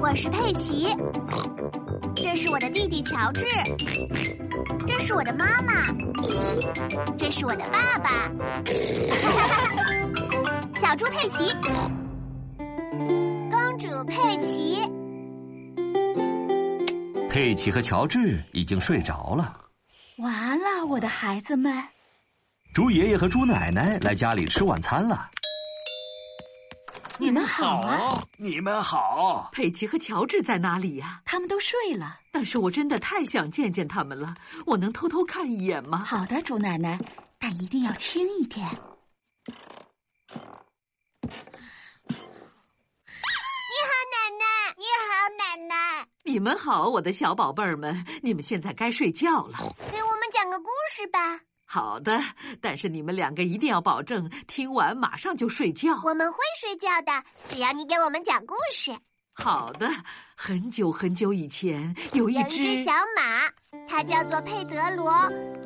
我是佩奇，这是我的弟弟乔治，这是我的妈妈，这是我的爸 爸，小猪佩奇，公主佩奇。佩奇和乔治已经睡着了。完了，我的孩子们！猪爷爷和猪奶奶来家里吃晚餐了。你们好啊！你们好。佩奇和乔治在哪里呀、他们都睡了。但是我真的太想见见他们了，我能偷偷看一眼吗？好的，猪奶奶，但一定要轻一点。你好，奶奶，你们好，我的小宝贝儿们，你们现在该睡觉了。给我们讲个故事吧。好的，但是你们两个一定要保证听完马上就睡觉。我们会睡觉的，只要你给我们讲故事。好的，很久很久以前，有一有一只只小马，它叫做佩德罗，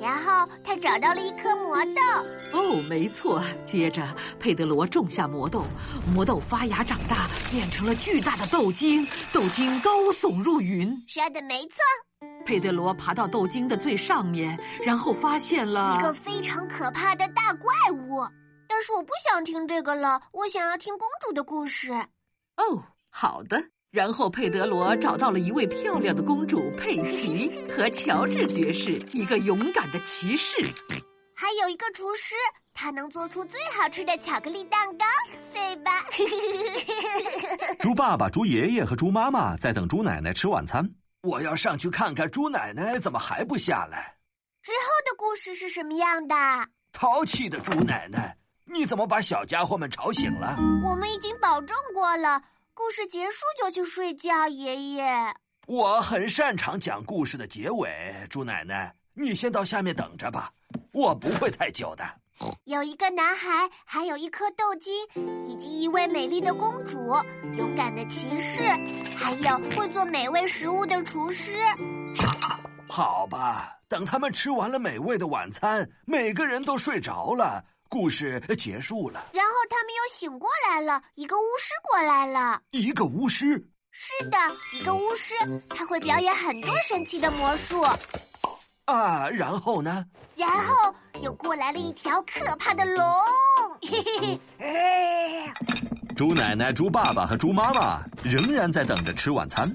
然后它找到了一颗魔豆。哦，没错。接着，佩德罗种下魔豆，魔豆发芽长大，变成了巨大的豆茎，豆茎高耸入云。说的没错，佩德罗爬到豆茎的最上面，然后发现一个了非常可怕的大怪物。但是我不想听这个了，我想要听公主的故事。哦，好的。然后佩德罗找到了一位漂亮的公主佩奇和乔治爵士，一个勇敢的骑士。还有一个厨师，他能做出最好吃的巧克力蛋糕，对吧？ 猪爸爸、猪爷爷和猪妈妈在等猪奶奶吃晚餐。我要上去看看猪奶奶怎么还不下来。之后的故事是什么样的？淘气的猪奶奶，你怎么把小家伙们吵醒了？我们已经保证过了，故事结束就去睡觉，爷爷。我很擅长讲故事的结尾，猪奶奶，你先到下面等着吧，我不会太久的。有一个男孩，还有一颗豆茎，以及一位美丽的公主、勇敢的骑士，还有会做美味食物的厨师。好吧，等他们吃完了美味的晚餐，每个人都睡着了，故事结束了。然后他们又醒过来了，一个巫师过来了。一个巫师，是的，一个巫师，他会表演很多神奇的魔术。啊，然后呢？然后又过来了一条可怕的龙， 嘿嘿嘿，猪奶奶、猪爸爸和猪妈妈仍然在等着吃晚餐。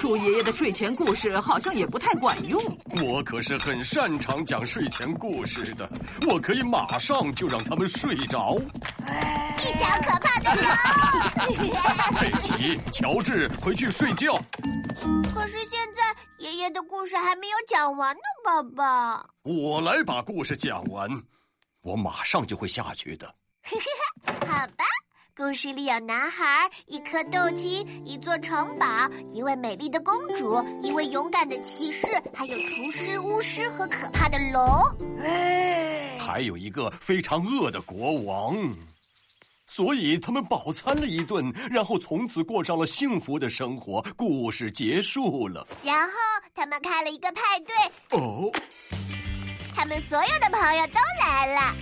猪爷爷的睡前故事好像也不太管用。我可是很擅长讲睡前故事的，我可以马上就让他们睡着。一条可怕的龙。佩奇、乔治回去睡觉。可是现在爷爷的故事还没有讲完呢，爸爸。我来把故事讲完，我马上就会下去的。好吧，故事里有男孩、一颗豆茎、一座城堡、一位美丽的公主、一位勇敢的骑士，还有厨师、巫师和可怕的龙。还有一个非常饿的国王，所以他们饱餐了一顿，然后从此过上了幸福的生活。故事结束了。然后他们开了一个派对，哦，他们所有的朋友都来了。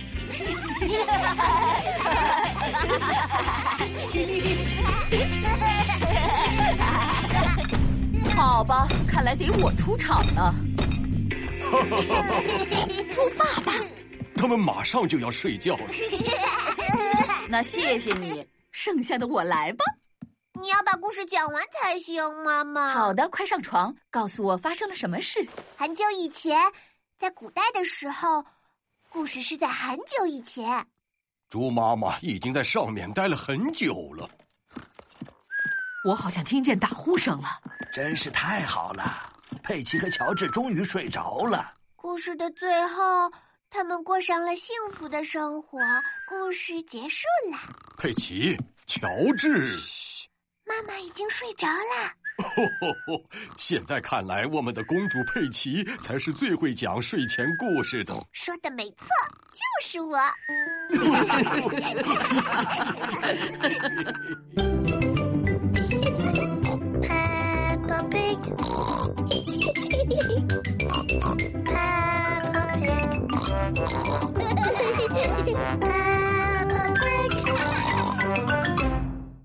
好吧，看来得我出场了。他们马上就要睡觉了。那谢谢你，剩下的我来吧。 你要把故事讲完才行，妈妈。好的，快上床，告诉我发生了什么事。很久以前，在古代的时候，故事是在很久以前。猪妈妈已经在上面待了很久了。我好像听见打呼声了。真是太好了！佩奇和乔治终于睡着了。故事的最后，他们过上了幸福的生活。故事结束了，佩奇、乔治， 妈妈已经睡着了。哦，现在看来，我们的公主佩奇才是最会讲睡前故事的。说的没错，就是我。